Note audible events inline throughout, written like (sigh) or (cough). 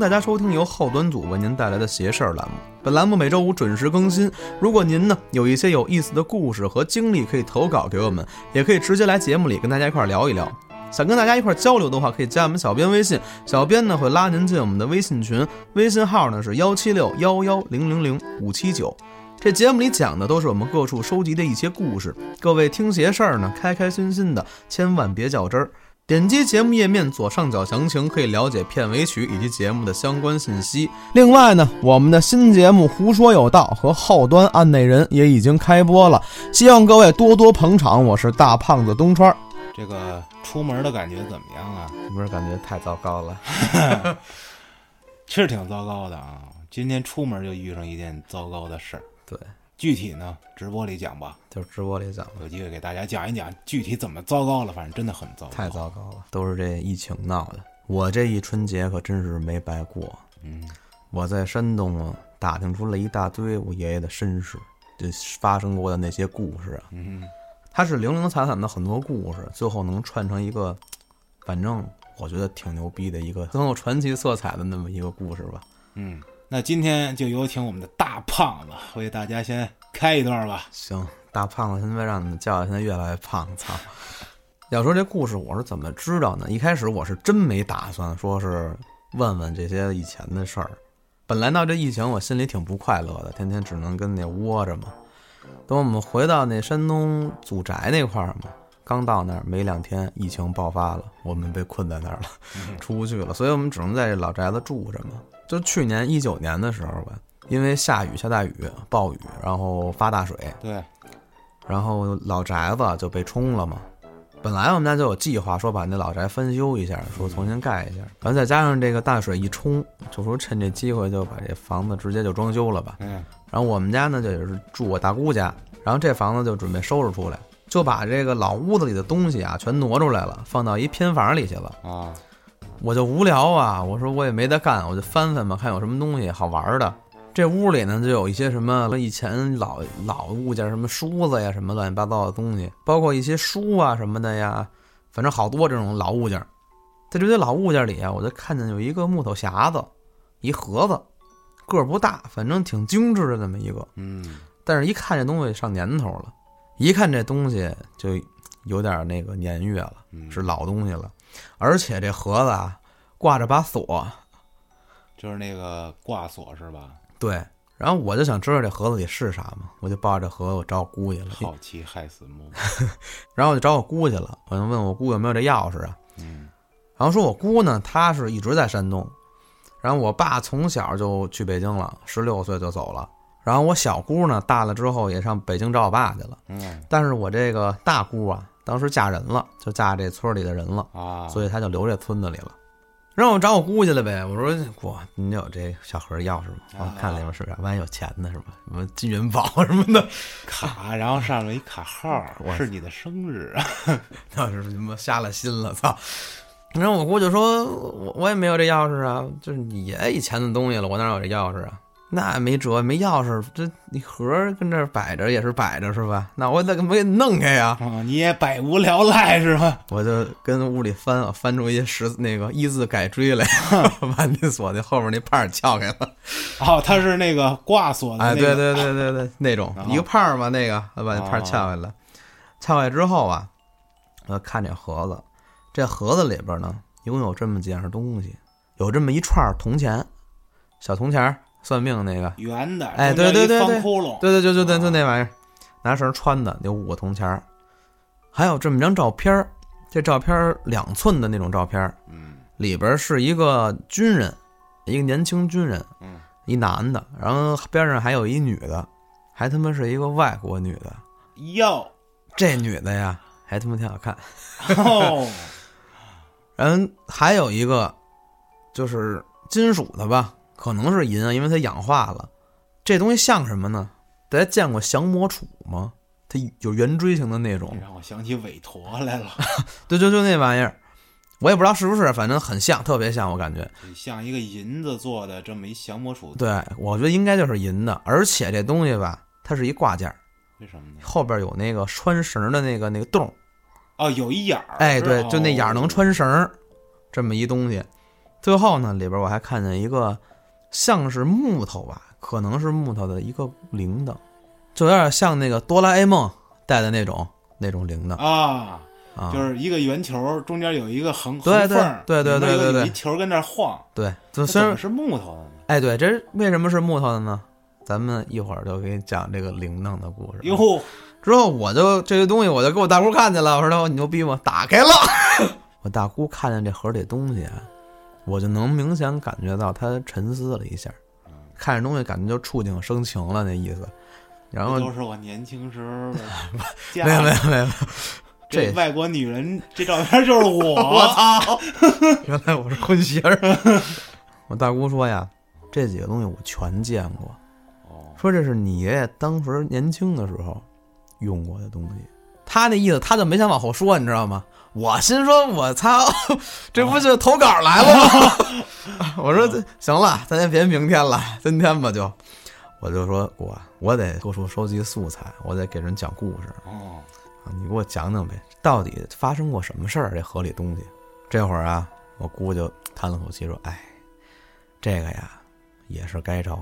大家收听由后端组为您带来的“邪事儿”栏目。本栏目每周五准时更新。如果您呢有一些有意思的故事和经历，可以投稿给我们，也可以直接来节目里跟大家一块儿聊一聊。想跟大家一块儿交流的话，可以加我们小编微信，小编呢会拉您进我们的微信群，微信号呢是幺七六幺幺零零零五七九。这节目里讲的都是我们各处收集的一些故事，各位听邪事儿呢，开开心心的，千万别较真儿。点击节目页面左上角详情，可以了解片尾曲以及节目的相关信息。另外呢，我们的新节目《胡说有道》和《后端案内人》也已经开播了，希望各位多多捧场。我是大胖子东川儿，这个出门的感觉怎么样啊？是不是感觉太糟糕了？是挺糟糕的啊！今天出门就遇上一件糟糕的事儿。对，具体呢，直播里讲吧，就直播里讲的，有机会给大家讲一讲具体怎么糟糕了。反正真的很糟糕，太糟糕了，都是这疫情闹的。我这一春节可真是没白过。嗯，我在山东啊，打听出了一大堆我爷爷的身世，就发生过的那些故事啊。嗯，它是零零散散的很多故事，最后能串成一个，反正我觉得挺牛逼的一个很有传奇色彩的那么一个故事吧。嗯。那今天就有请我们的大胖子为大家先开一段吧。行，大胖子，现在让你们叫的现在越来越胖，操！要说这故事我是怎么知道呢？一开始我是真没打算说是问问这些以前的事儿，本来闹这疫情我心里挺不快乐的，天天只能跟那窝着嘛。等我们回到那山东祖宅那块儿嘛，刚到那儿没两天，疫情爆发了，我们被困在那儿了， (laughs) 出不去了，所以我们只能在这老宅子住着嘛。就去年一九年的时候吧，因为下雨下大雨暴雨，然后发大水，对，然后老宅子就被冲了嘛。本来我们家就有计划说把那老宅翻修一下，说重新盖一下，然后再加上这个大水一冲，就说趁这机会就把这房子直接就装修了吧。嗯，然后我们家呢就也是住我大姑家，然后这房子就准备收拾出来，就把这个老屋子里的东西啊全挪出来了，放到一偏房里去了。啊，我就无聊啊，我说我也没得干，我就翻翻吧，看有什么东西好玩儿的。这屋里呢，就有一些什么以前老老物件，什么梳子呀，什么乱七八糟的东西，包括一些书啊什么的呀，反正好多这种老物件。在这些老物件里啊，我就看见有一个木头匣子，一盒子，个儿不大，反正挺精致的那么一个。嗯，但是一看这东西上年头了，一看这东西就有点那个年月了，嗯是老东西了，而且这盒子啊挂着把锁，就是那个挂锁是吧？对。然后我就想知道这盒子里是啥嘛，我就抱着这盒子我找我姑去了，好奇害死 (laughs) 猫。然后我就找我姑去了，我就问我姑有没有这钥匙啊？嗯然后说我姑呢，她是一直在山东，然后我爸从小就去北京了，十六岁就走了，然后我小姑呢大了之后也上北京找我爸去了。嗯但是我这个大姑啊，当时嫁人了，就嫁这村里的人了，啊，所以她就留这村子里了。让我找我姑去了呗，我说姑，你有这小盒钥匙吗？啊我看里面是啥，万一有钱呢，是吧？什么金元宝什么的， (laughs) 卡，然后上面一卡号我，是你的生日啊。那是什么瞎了心了，操！然后我姑就说，我我也没有这钥匙啊，就是你爷以前的东西了，我哪有这钥匙啊？那没辙，没钥匙，这你盒儿跟这儿摆着也是摆着是吧？那我得给给你弄开呀、啊，你也百无聊赖是吧？我就跟屋里翻啊，翻出一十那个一字改锥 (laughs) 来，把那锁那后面那帕儿撬开了。 (laughs) 哦，它是那个挂锁的、哎，那个啊对对对对对，那种然后一个帕儿嘛，那个把那帕儿撬开哦了。撬开之后啊，我就看这盒子，这盒子里边呢，一共有这么几样东西，有这么一串儿铜钱，小铜钱儿，算命那个，圆的，哎中间对对对一方对窟窿，对对，就就对，就啊那玩意儿，拿绳穿的，有五个铜钱儿，还有这么张照片儿，这照片儿两寸的那种照片儿。嗯里边是一个军人，一个年轻军人，嗯，一男的，然后边上还有一女的，还他妈是一个外国女的。 (laughs) 哟这女的呀，还他妈挺好看。哦，然后还有一个就是金属的吧，可能是银啊，因为它氧化了。这东西像什么呢？大家见过降魔杵吗？它有圆锥形的那种这，让我想起韦陀来了，对，就就那玩意儿，我也不知道是不是，反正很像，特别像，我感觉。像一个银子做的这么一降魔杵，对，我觉得应该就是银的，而且这东西吧，它是一挂件儿，为什么呢？后边有那个拴绳儿的那个那个洞儿，哦，有一眼儿，哎，是对，吧就那眼儿能，穿绳儿，这么一东西。最后呢，里边我还看见一个像是木头吧，可能是木头的一个铃铛，就有点像那个哆啦 A 梦带的那种那种铃铛啊，啊。就是一个圆球，中间有一个横对横缝儿，对对里面对对有对有一球跟那儿晃，对，就它虽怎然么是木头的呢？哎对，这为什么是木头的呢？咱们一会儿就给你讲这个铃铛的故事。哟，之后我就这个东西，我就给我大姑看见了，我说他你牛逼吗？打开了， (laughs) 我大姑看见这盒里东西啊，我就能明显感觉到她沉思了一下，看着东西感觉就触景生情了那意思。然后这都是我年轻时候的家 (laughs) 没有没有没有，这这外国女人这照片就是我， (laughs) 我操！原来我是混血儿。 (laughs) 我大姑说呀，这几个东西我全见过，哦说这是你爷爷当时年轻的时候用过的东西。他那意思，他就没想往后说，你知道吗？我心说，我操， (laughs) 这不就投稿来了 (laughs) 吗？我说这行了，咱先别明天了，今天吧就。我就说我我得多处收集素材，我得给人讲故事。哦，啊，你给我讲讲呗，到底发生过什么事儿？这河里东西，这会儿啊，我姑就叹了口气说：“哎，这个呀，也是该着，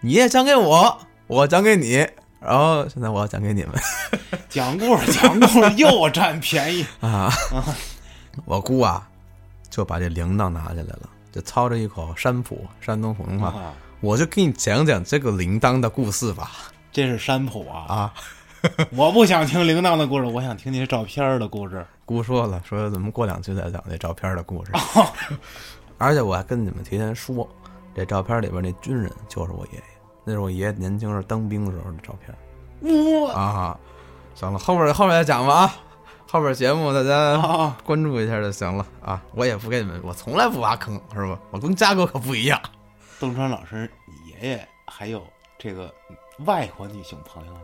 你也讲给我，我讲给你，然后现在我要讲给你们讲故事讲故事又占便宜，啊。”我姑啊，就把这铃铛拿起来了，就操着一口山普山东普通话，啊我就给你讲讲这个铃铛的故事吧这是山普啊！啊。 (laughs) 我不想听铃铛的故事，我想听那些照片儿的故 (laughs) 事。姑说了，说咱们过两期再讲这照片的故 (laughs) 事。而且我还跟你们提前说，这照片里边那军人就是我爷爷，那是我爷爷年轻时候当兵的时候的照片我啊。行了，后边后边再讲吧啊，后边节目大家啊，关注一下就行了啊。我也不给你们，我从来不挖坑，是吧？我跟嘉哥可不一样。邓川老师你爷爷还有这个外国女性朋友呢。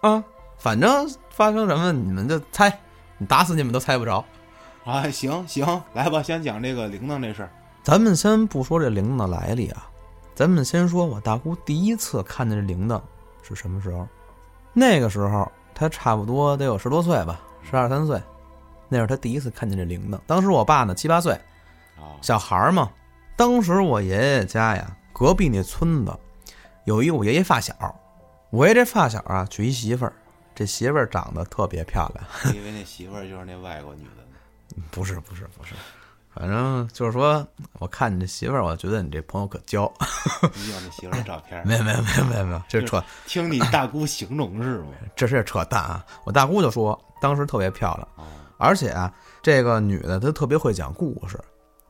啊，反正发生什么你们就猜，你打死你们都猜不着。啊，行行，来吧，先讲这个铃铛这事儿。咱们先不说这铃铛的来历啊，咱们先说我大姑第一次看见这铃铛是什么时候。那个时候她差不多得有十多岁吧，十二三岁，那是她第一次看见这铃铛。当时我爸呢七八岁，啊，小孩儿嘛。当时我爷爷家呀，隔壁那村子有一个我爷爷发小，我爷爷这发小啊娶一媳妇儿，这媳妇儿长得特别漂亮。我以为那媳妇儿就是那外国女的呢。 (laughs) 不是不是不是，反正就是说，我看你这媳妇儿，我觉得你这朋友可交。你有那媳妇儿的照片儿？ (laughs) 没有没有没有没有没有，这是扯听你大姑形容是吗？这是扯淡啊！我大姑就说，当时特别漂亮，啊，而且啊，这个女的她特别会讲故事，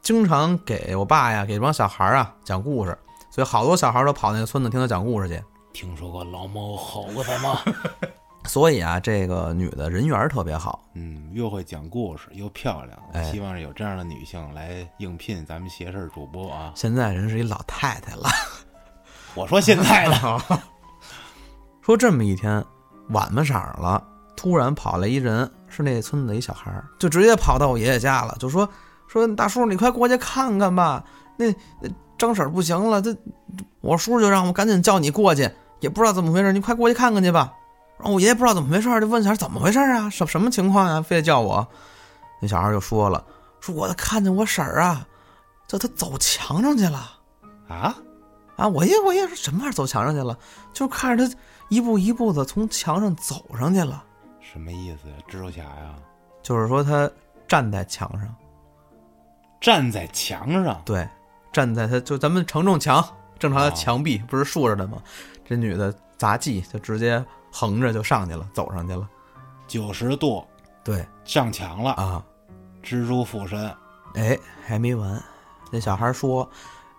经常给我爸呀，给这帮小孩啊讲故事，所以好多小孩都跑那村子听她讲故事去。听说过老猫猴子吗？所以啊，这个女的人缘儿特别好，嗯，又会讲故事，又漂亮。哎希望有这样的女性来应聘咱们邪事儿主播啊！现在人是一老太太了。我说现在呢，说这么一天，晚么色儿了，突然跑来一人，是那村子的一小孩儿，就直接跑到我爷爷家了，就说说大叔，你快过去看看吧，那那张婶儿不行了，这我叔就让我赶紧叫你过去，也不知道怎么回事，你快过去看看去吧。然后我爷爷不知道怎么回事儿，就问小孩儿怎么回事儿啊，什什么情况啊，非得叫我。那小孩儿就说了，说我看见我婶儿啊，叫她走墙上去了。啊， (laughs) 啊，我爷我爷说什么玩意儿走墙上去了？就看着他一步一步的从墙上走上去了，什么意思呀？蜘蛛侠呀，就是说他站在墙上，站在墙上，对，站在他就咱们承重墙正常的哦墙壁不是竖着的吗？这女的杂技就直接横着就上去了，走上去了，九十度对上墙了，啊，蜘蛛附身。哎，还没完，那小孩说，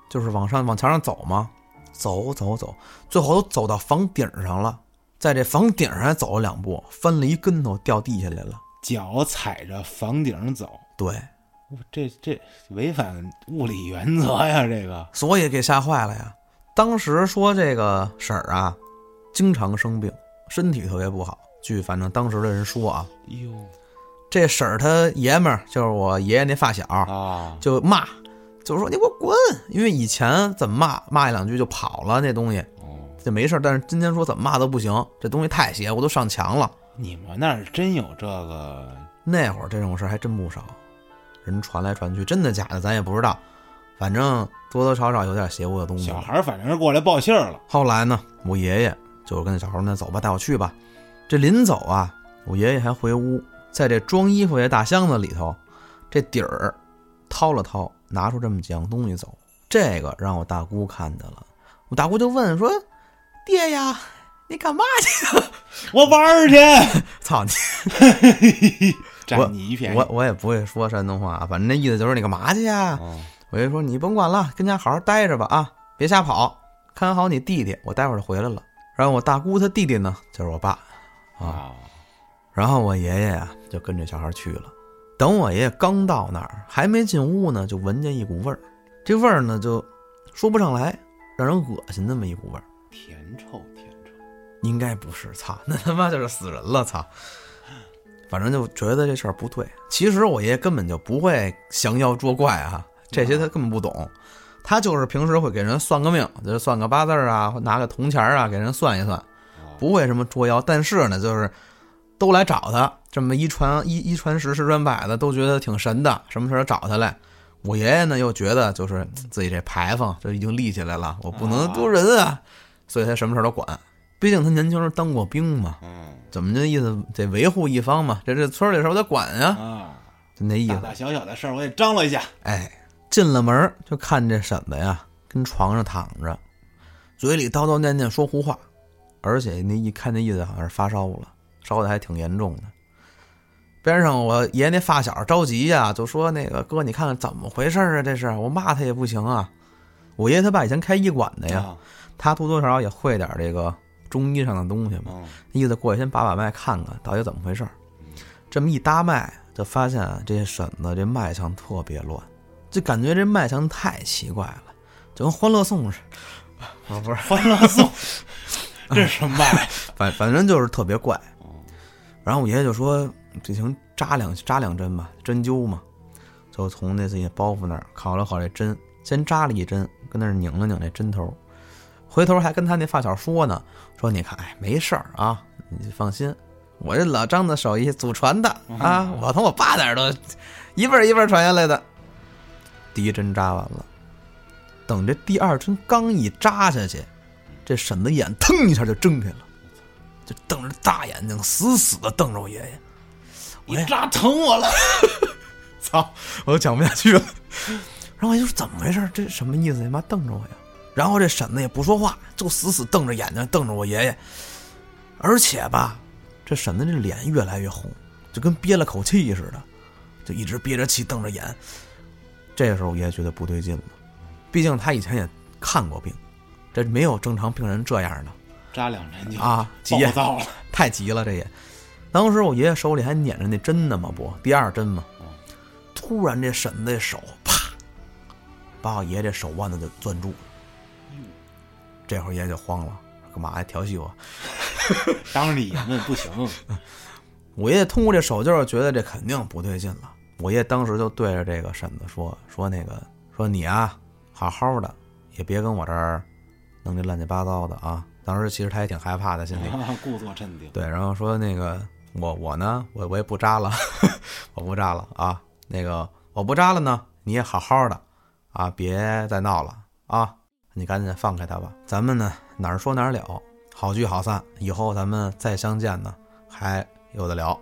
就是往上往墙上走嘛，走走走，最后都走到房顶上了，在这房顶上还走了两步，翻了一跟头掉地下来了，脚踩着房顶走，对。哇这这违反物理原则呀！这个所以给吓坏了呀。当时说这个婶儿啊，经常生病，身体特别不好。据反正当时的人说啊，哟这婶儿她爷们儿就是我爷爷那发小，啊，就骂，就说你给我滚！因为以前怎么骂骂一两句就跑了，那东西哦，就没事儿。但是今天说怎么骂都不行，这东西太邪乎，都上墙了。你们那儿真有这个那会儿这种事儿还真不少，人传来传去，真的假的咱也不知道。反正多多少少有点邪乎的东西小。孩儿反正是过来报信儿了，后来呢，我爷爷就跟小猴儿那走吧，带我去吧。这临走啊，我爷爷还回屋，在这装衣服这大箱子里头，这底儿掏了掏，拿出这么几样东西走。这个让我大姑看见了，我大姑就问说：“爹呀，你干嘛去我玩儿去，？”操你！占你一便宜我。我也不会说山东话，啊反正那意思就是你干嘛去呀？嗯我就说你甭管了，跟家好好待着吧啊，别瞎跑，看好你弟弟，我待会儿就回来了。然后我大姑她弟弟呢，就是我爸，啊，然后我爷爷啊就跟着小孩去了。等我爷爷刚到那儿，还没进屋呢，就闻见一股味儿，这味儿呢就说不上来，让人恶心那么一股味儿。甜臭甜臭，应该不是，操，那他妈就是死人了，操！反正就觉得这事儿不对。其实我爷爷根本就不会降妖捉怪啊，这些他根本不懂。他就是平时会给人算个命，就是算个八字儿啊，拿个铜钱儿啊给人算一算，啊不会什么捉妖。但是呢，就是都来找他，这么一传一，一传十，十传百的，都觉得挺神的，什么事儿找他来。我爷爷呢又觉得就是自己这牌坊就已经立起来了，我不能丢人啊，所以他什么事儿都管。毕竟他年轻时候当过兵嘛，嗯怎么这意思得维护一方嘛，这这村里事儿我得管呀，啊，就那意大思。大小小的事儿我也张罗一下。哎，进了门儿就看这婶子呀，跟床上躺着，嘴里叨叨念念说胡话，而且那一看那意思好像是发烧了，烧的还挺严重的。边上我爷那发小着急呀、就说：“那个哥，你看看怎么回事儿啊？这是我骂他也不行啊。”我爷他爸以前开医馆的哎呀，啊，他多多少少也会点这个中医上的东西嘛。嗯意思过去先把把脉看看到底怎么回事儿。这么一搭脉，就发现啊，这些婶子这脉象特别乱，就感觉这脉象太奇怪了，就跟《欢乐颂》似的。啊，不是，欢乐颂，这是什么呀？反反正就是特别怪哦。然后我爷爷就说：“这行扎两扎两针吧，针灸嘛。”就从那自己包袱那儿烤了烤这针，先扎了一针，跟那儿拧了拧这针头，回头还跟他那发小说呢，说你看，哎，没事儿啊，你就放心，我这老张的手艺祖传的啊，我从我爸那儿都一辈儿一辈儿传下来的。第一针扎完了，等这第二针刚一扎下去，这婶子眼腾一下就睁开了，就瞪着大眼睛，死死的瞪着我爷爷。你扎疼我了。 (laughs) 操，我都讲不下去了。然后我就说怎么回事？这什么意思？你妈瞪着我呀！然后这婶子也不说话，就死死瞪着眼睛瞪着我爷爷，而且吧，这婶子这脸越来越红，就跟憋了口气似的，就一直憋着气瞪着眼。这时候我爷爷觉得不对劲了，毕竟他以前也看过病，这没有正常病人这样的。扎两针就啊急暴躁了。 (laughs) 太急了，这也。当时我爷爷手里还捻着那针呢嘛，不，第二针嘛嗯。突然这婶子这手啪，把我爷爷这手腕子就攥住了。这会儿爷爷就慌了，干嘛呀？调戏我？当着你眼问 (laughs) 不行，嗯 (laughs) 我爷爷通过这手劲儿，觉得这肯定不对劲了。我爷爷当时就对着这个婶子说：“说那个，说你啊，好好的，也别跟我这儿弄这乱七八糟的啊。”当时其实他也挺害怕的，心里。啊故作镇定。对，然后说那个我我呢，我我也不扎了， (laughs) 我不扎了啊。那个我不扎了呢，你也好好的啊，别再闹了啊，你赶紧放开他吧。咱们呢哪儿说哪儿了，好聚好散，以后咱们再相见呢还有的聊。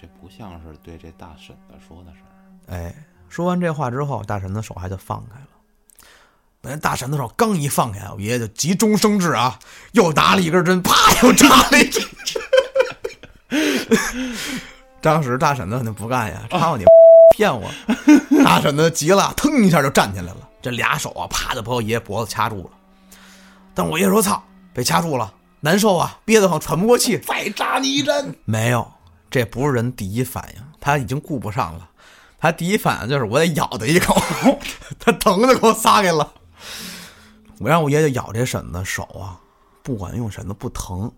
这不像是对这大婶子说的事儿。哎，说完这话之后，大婶子手还就放开了。本来大婶子手刚一放开，我爷爷就急中生智啊，又拿了一根针，啪，又扎了一针。 (laughs) 当时大婶子肯定不干呀，插我你 (laughs) 骗我！大婶子急了，腾一下就站起来了，这俩手啊，啪就把我爷爷脖子掐住了。但我爷爷说：“操，被掐住了，难受啊，憋得慌，喘不过气。”再扎你一针，没有，这不是人第一反应，他已经顾不上了。他第一反应就是我得咬他一口， (laughs) 他疼的给我撒开了。我让我爷爷咬这婶子手啊，不管用，婶子不疼，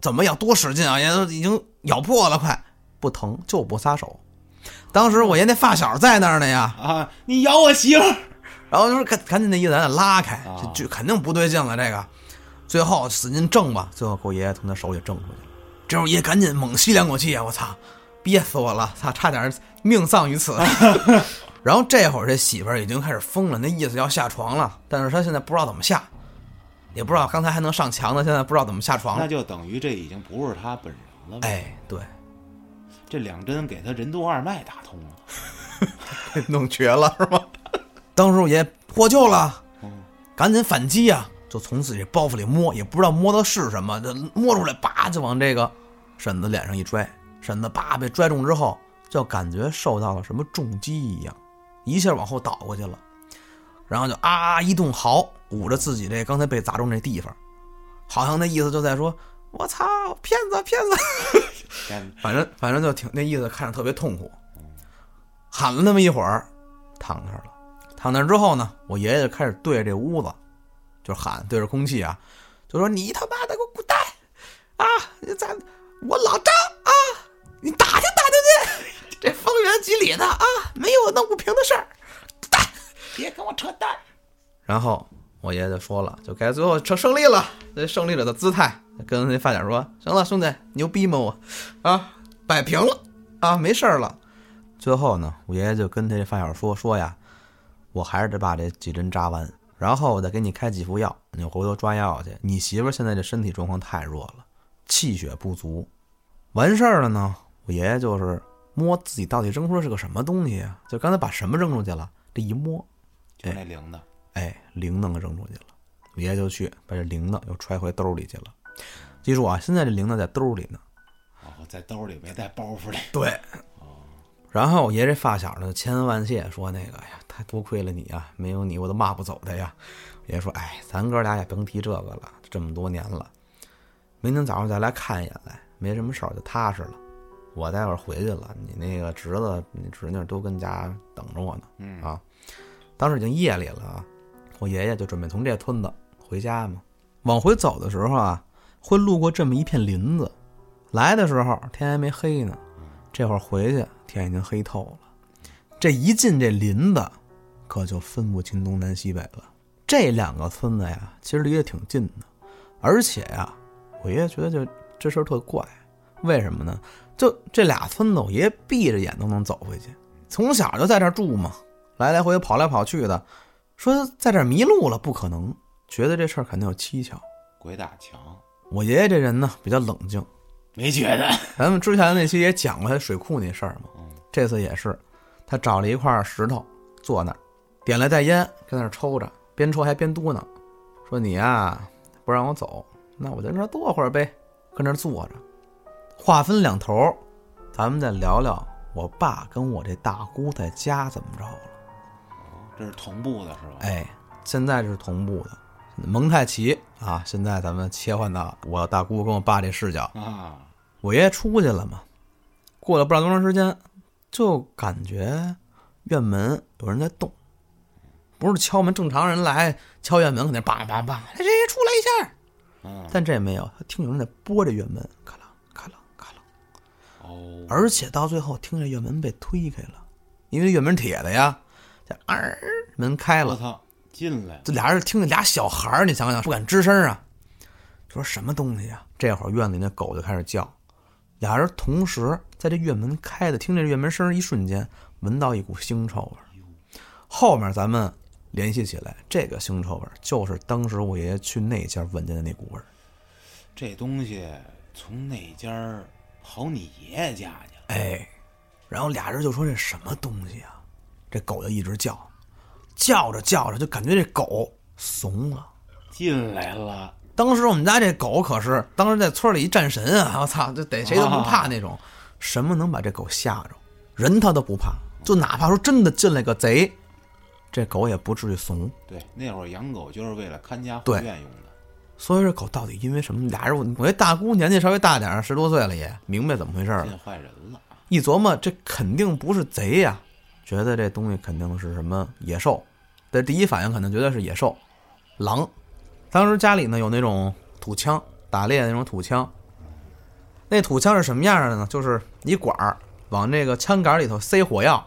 怎么咬多使劲啊，爷爷都已经咬破了快，不疼就不撒手。当时我爷那发小在那儿呢呀，啊！你咬我媳妇儿，然后就说赶赶紧那意思咱得拉开啊，这就肯定不对劲了。这个，最后使劲挣吧，最后给我爷爷从他手里挣出去了。这时候爷赶紧 (laughs) 猛吸两口气啊！我操，憋死我了！操，差点命丧于此。然后这会儿这媳妇儿已经开始疯了，那意思要下床了，但是她现在不知道怎么下，也不知道刚才还能上墙呢，现在不知道怎么下床那了。就等于这已经不是他本人了啊呗。哎，对，这两针给他任督二脉打通 (laughs) 了。弄瘸了是吗？ (laughs) 哦当时我爷获救了，嗯，赶紧反击呀、就从自己包袱里摸，也不知道摸的是什么，这摸出来叭就往这个婶子脸上一拽，婶子叭被拽中之后，就感觉受到了什么重击一样，一下往后倒过去了，然后就啊啊一顿嚎，捂着自己这刚才被砸中这地方，好像那意思就在说：“我操，骗子，骗子！”但反正反正就挺那意思，看着特别痛苦，喊了那么一会儿，躺那儿了。躺那儿之后呢，我爷爷就开始对着这屋子，就喊对着空气啊，就说：“你他妈的给我滚蛋啊！你咱我老张啊，你打听打听去，这方圆几里的啊，没有弄不平的事儿。”别跟我扯淡。然后我爷爷就说了，就该最后成胜利了，这胜利者的姿态，跟那发小说：“行了，兄弟，牛逼吗我？啊，摆平了啊，没事儿了。”最后呢，我爷爷就跟这发小说：“说呀，我还是得把这几针扎完，然后我再给你开几副药，你回头抓药去。你媳妇儿现在这身体状况太弱了，气血不足。”完事儿了呢，我爷爷就是摸自己到底扔出来是个什么东西啊？就刚才把什么扔出去了？这一摸，就那铃铛，哎，铃铛给扔出去了。我爷爷就去把这铃铛又揣回兜里去了。记住啊，现在这铃铛在兜里呢。然后在兜里没在包袱里。对。然后我爷这发小呢，千恩万谢，说那个，哎呀，太多亏了你啊，没有你我都骂不走他呀。我爷说，哎，咱哥俩也甭提这个了，这么多年了，明天早上再来看一眼来，没什么事儿就踏实了。我待会儿回去了，你那个侄子、你侄女都跟家等着我呢。嗯啊，当时已经夜里了啊，我爷爷就准备从这村子回家嘛。往回走的时候啊，会路过这么一片林子。来的时候天还没黑呢，这会儿回去天已经黑透了。这一进这林子，可就分不清东南西北了。这两个村子呀，其实离得挺近的，而且呀，我爷爷觉得就这事儿特怪，为什么呢？就这俩村子，我爷爷闭着眼都能走回去，从小就在这儿住嘛，来来回回跑来跑去的，说在这儿迷路了不可能，觉得这事儿肯定有蹊跷。鬼打墙，我爷爷这人呢比较冷静，没觉得。咱们之前那期也讲过他水库那事儿嘛，嗯，这次也是，他找了一块石头坐那儿，点了袋烟，跟那儿抽着，边抽还边嘟囔，说你呀、不让我走，那我就在这儿坐会儿呗，跟那儿坐着。话分两头儿，咱们再聊聊我爸跟我这大姑在家怎么着了。这是同步的是吧？，哎，现在是同步的。蒙太奇啊，现在咱们切换到我大姑跟我爸这视角。啊，我爷爷出去了嘛，过了不知道多长时间，就感觉院门有人在动，不是敲门，正常人来敲院门肯定叭叭叭，哎谁出来一下？嗯，但这也没有，他听有人在拨着院门，咔啦咔啦咔啦，哦，而且到最后听见院门被推开了，因为院门铁的呀，这二门开了我。操，进来了，这俩人听着俩小孩儿，你想想不敢吱声啊，就说什么东西啊？这会儿院里那狗就开始叫，俩人同时在这院门开的，听见这院门声儿一瞬间，闻到一股腥臭味儿。后面咱们联系起来，这个腥臭味儿就是当时我爷爷去那家闻见的那股味儿。这东西从那家儿跑你爷爷家去了。哎，然后俩人就说这什么东西啊？这狗就一直叫，叫着叫着就感觉这狗怂了。进来了，当时我们家这狗可是，当时在村里一战神啊！我操，这逮谁都不怕那种。什么能把这狗吓着？人它都不怕，就哪怕说真的进来个贼，这狗也不至于怂。对，那会儿养狗就是为了看家护对院用的，所以这狗到底因为什么？俩人，我我这大姑年纪稍微大点儿，十多岁了也明白怎么回事了。进坏人了。一琢磨，这肯定不是贼呀、觉得这东西肯定是什么野兽，这第一反应肯定觉得是野兽，狼。当时家里呢有那种土枪，打猎的那种土枪，那土枪是什么样的呢？就是一管儿往那个枪杆里头塞火药，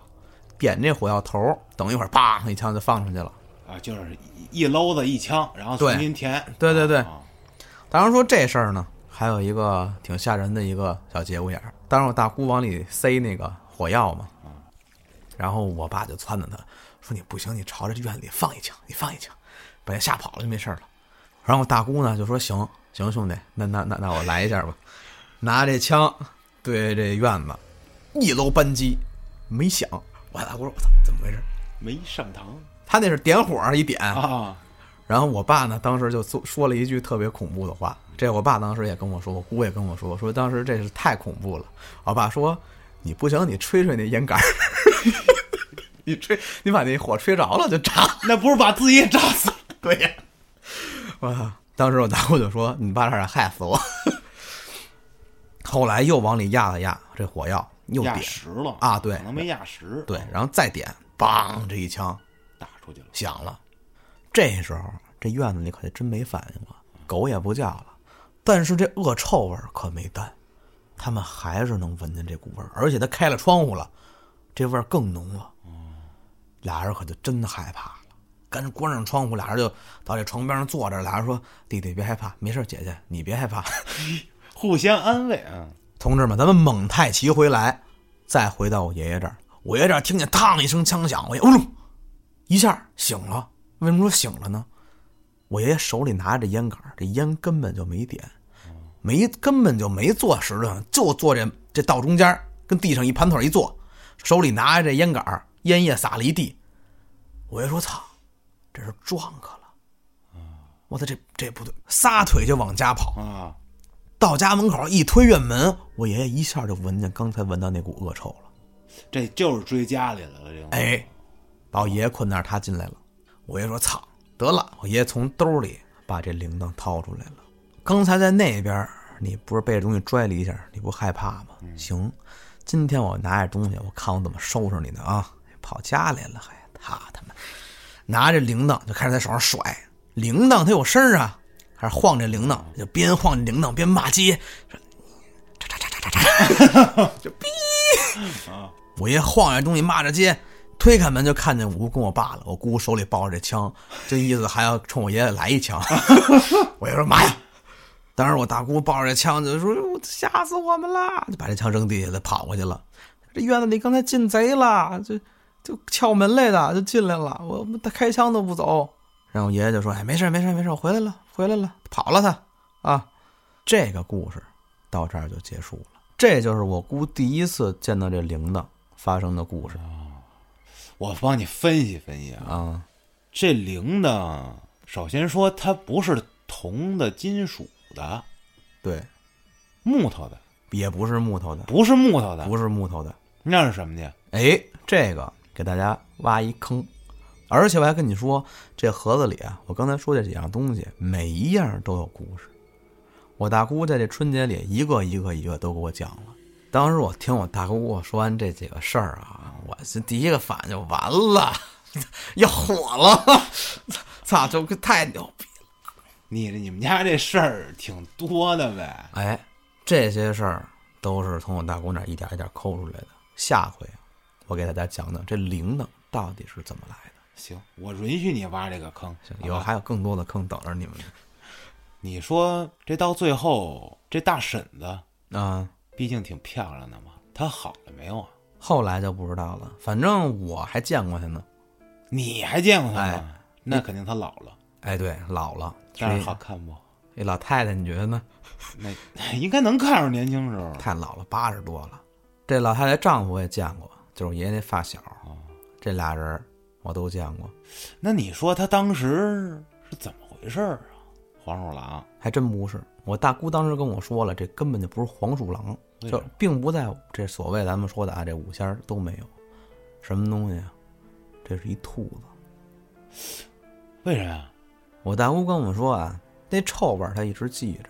点这火药头儿，等一会儿，啪，一枪就放出去了。啊，就是一一篓子一枪，然后对重新填。对对对啊当然说这事儿呢，还有一个挺吓人的一个小节骨眼儿。当时我大姑往里塞那个火药嘛，然后我爸就撺掇他说：“你不行，你朝着院里放一枪，你放一枪，把人吓跑了就没事儿了。”然后我大姑呢就说：“行行，兄弟，那那那那我来一下吧，拿这枪对这院子一楼扳机，没响。”我大姑说：“我操，怎么回事没上堂？”他那是点火一点，啊，然后我爸呢，当时就说说了一句特别恐怖的话。这我爸当时也跟我说，我姑也跟我说，说当时这是太恐怖了。我爸说：“你不行，你吹吹那烟杆儿， (laughs) 你吹，你把那火吹着了就炸。那不是把自己也炸死了？”对呀，我操！当时我大姑就说：“你爸差点害死我。”后来又往里压了压这火药， (laughs) 又压点实了啊对可能没压实，对，然后再点，梆，这一枪打出去了。响了。这时候这院子里可真没反应了，狗也不叫了，但是这恶臭味儿可没淡，他们还是能闻见这股味儿，而且他开了窗户了，这味儿更浓了。俩人可就真害怕了，赶紧关上窗户，俩人就到这床边上坐着，俩人说：“弟弟别害怕，没事，姐姐你别害怕。”互相安慰啊，同志们，咱们蒙太奇回来，再回到我爷爷这儿。我爷爷这儿听见“嘡”一声枪响，我爷哦噜一下醒了。为什么说醒了呢？我爷爷手里拿着烟杆儿，这烟根本就没点，没根本就没坐实上，就坐这这道中间儿，跟地上一盘腿一坐，手里拿着这烟杆儿，烟叶撒了一地。我爷说：“操，这是撞克了！”我操，这这不对，撒腿就往家跑。啊，到家门口一推院门，我爷爷一下就闻见刚才闻到那股恶臭了。这就是追家里来了，这个哎，把我爷爷困那儿，他进来了。我爷爷说：“操，得了！”我爷爷从兜里把这铃铛掏出来了。刚才在那边，你不是被这东西拽了一下，你不害怕吗？行，今天我拿着东西，我看我怎么收拾你呢啊！跑家来了，还他他妈拿着铃铛就开始在手上甩铃铛，它有声儿啊，还是晃这铃铛，就边晃这铃铛边骂街，说你叉叉叉叉叉叉。我爷晃着东西骂着街，推开门就看见我姑跟我爸了。我姑手里抱着这枪，这意思还要冲我爷爷来一枪。 (laughs) 我爷说妈呀！当时我大姑抱着这枪就说：“我吓死我们啦！”就把这枪扔地下，就跑过去了。这院子里刚才进贼了，就就撬门来的，就进来了。我们他开枪都不走。然后我爷爷就说：“哎，没事没事没事，我回来了回来了，跑了他啊。”这个故事到这儿就结束了。这就是我姑第一次见到这铃铛发生的故事我帮你分析分析啊，啊。这铃铛，首先说它不是铜的、金属的、对，木头的，也不是木头的，不是木头的，不是木头的。那是什么呢？哎，这个给大家挖一坑，而且我还跟你说，这盒子里啊，我刚才说这几样东西，每一样都有故事。我大姑在这春节里一个一个一个都给我讲了。当时我听我大姑跟我说完这几个事儿啊，我这第一个反应就完了， (laughs) 要火了， (laughs) 操，就太牛逼！你你们家这事儿挺多的呗？哎，这些事儿都是从我大姑那儿一点一点抠出来的。下回我给大家讲讲这铃铛到底是怎么来的。行，我允许你挖这个坑。以后还有更多的坑等着你们你说这到最后，这大婶子呢。啊、毕竟挺漂亮的嘛，她好了没有啊？后来就不知道了。反正我还见过他呢。你还见过她吗？哎那肯定她老了，哎，对，老了，但是一好看不？一老太太，你觉得呢？那 (laughs) 应该能看着年轻时候。太老了，八十多了。这老太太丈夫我也见过，就是我爷爷那发小，这俩人儿我都见过，那你说她当时是怎么回事儿啊？黄鼠狼还真不是。我大姑当时跟我说了，这根本就不是黄鼠狼，为就什么并不在这所谓咱们说的啊，这五仙儿都没有，什么东西啊？这是一兔子。为什么呀？我大姑跟我说啊，那臭味儿她一直记着。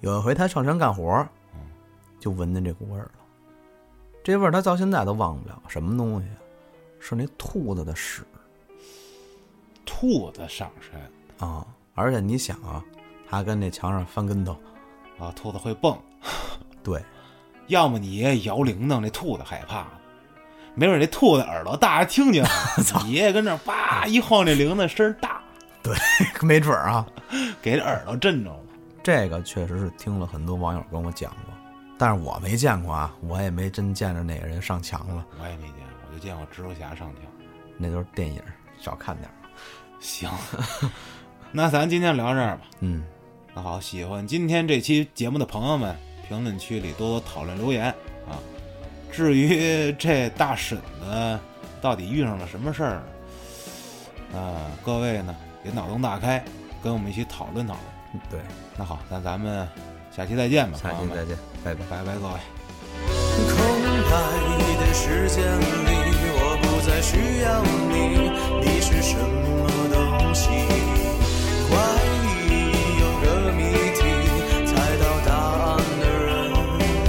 有一回她上山干活儿，就闻见这股味儿了。这味儿她到现在都忘不了，什么东西啊？是那兔子的屎兔子上身啊！而且你想啊，她跟那墙上翻跟头，啊，兔子会蹦，对， (laughs) 要么你爷爷摇铃铛，那兔子害怕了，没准那兔子耳朵大，听见了你爷爷跟那儿叭一晃，这铃铛声儿大，没准儿啊，给这耳朵震着了。这个确实是听了很多网友跟我讲过，但是我没见过啊，我也没真见着哪个人上墙了。我也没见过，就见过蜘蛛侠上吊。那都是电影，少看点儿。行，那咱今天聊这儿吧。嗯，那好，喜欢今天这期节目的朋友们，评论区里多多讨论留言啊。至于这大婶子到底遇上了什么事儿，呃，各位呢也脑洞大开，跟我们一起讨论讨论。对，那好，那咱们下期再见吧，下朋友期们再见，拜拜。拜拜，各位。空白的时间里，我不再需要你，你是什么东西？怀疑有个谜题，猜到答案的人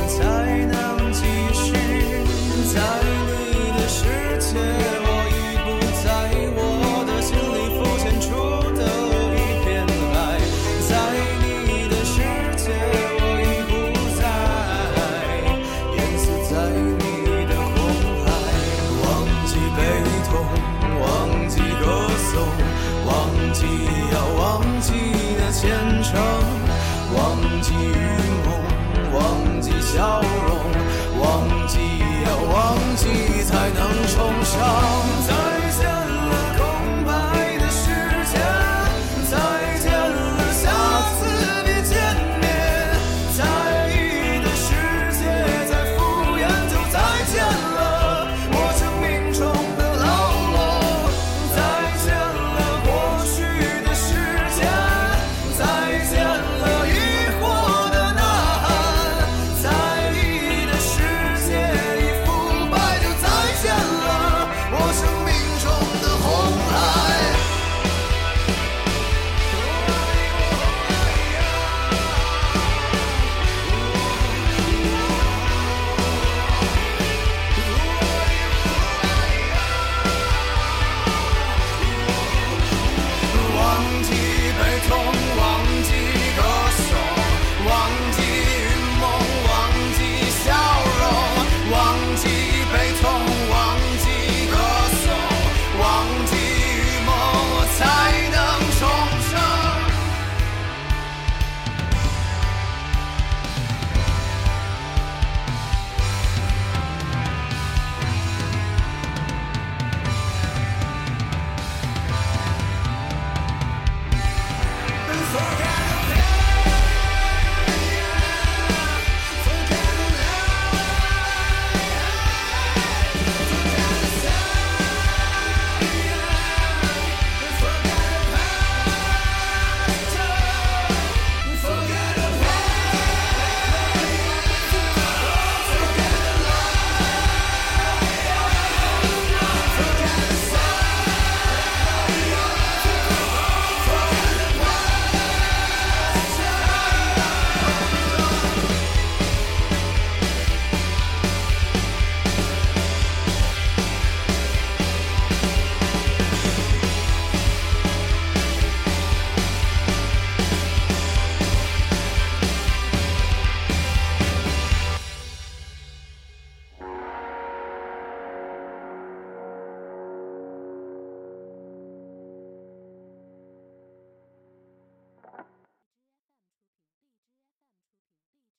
才能继续。在你的世界，我已不在我的心里浮现出的一片海，在你的世界，我已不在。淹死在你的红海，忘记悲痛，忘记歌颂，忘记要忘记的虔诚，忘记愚梦，忘记笑容，忘记要忘记才能重生。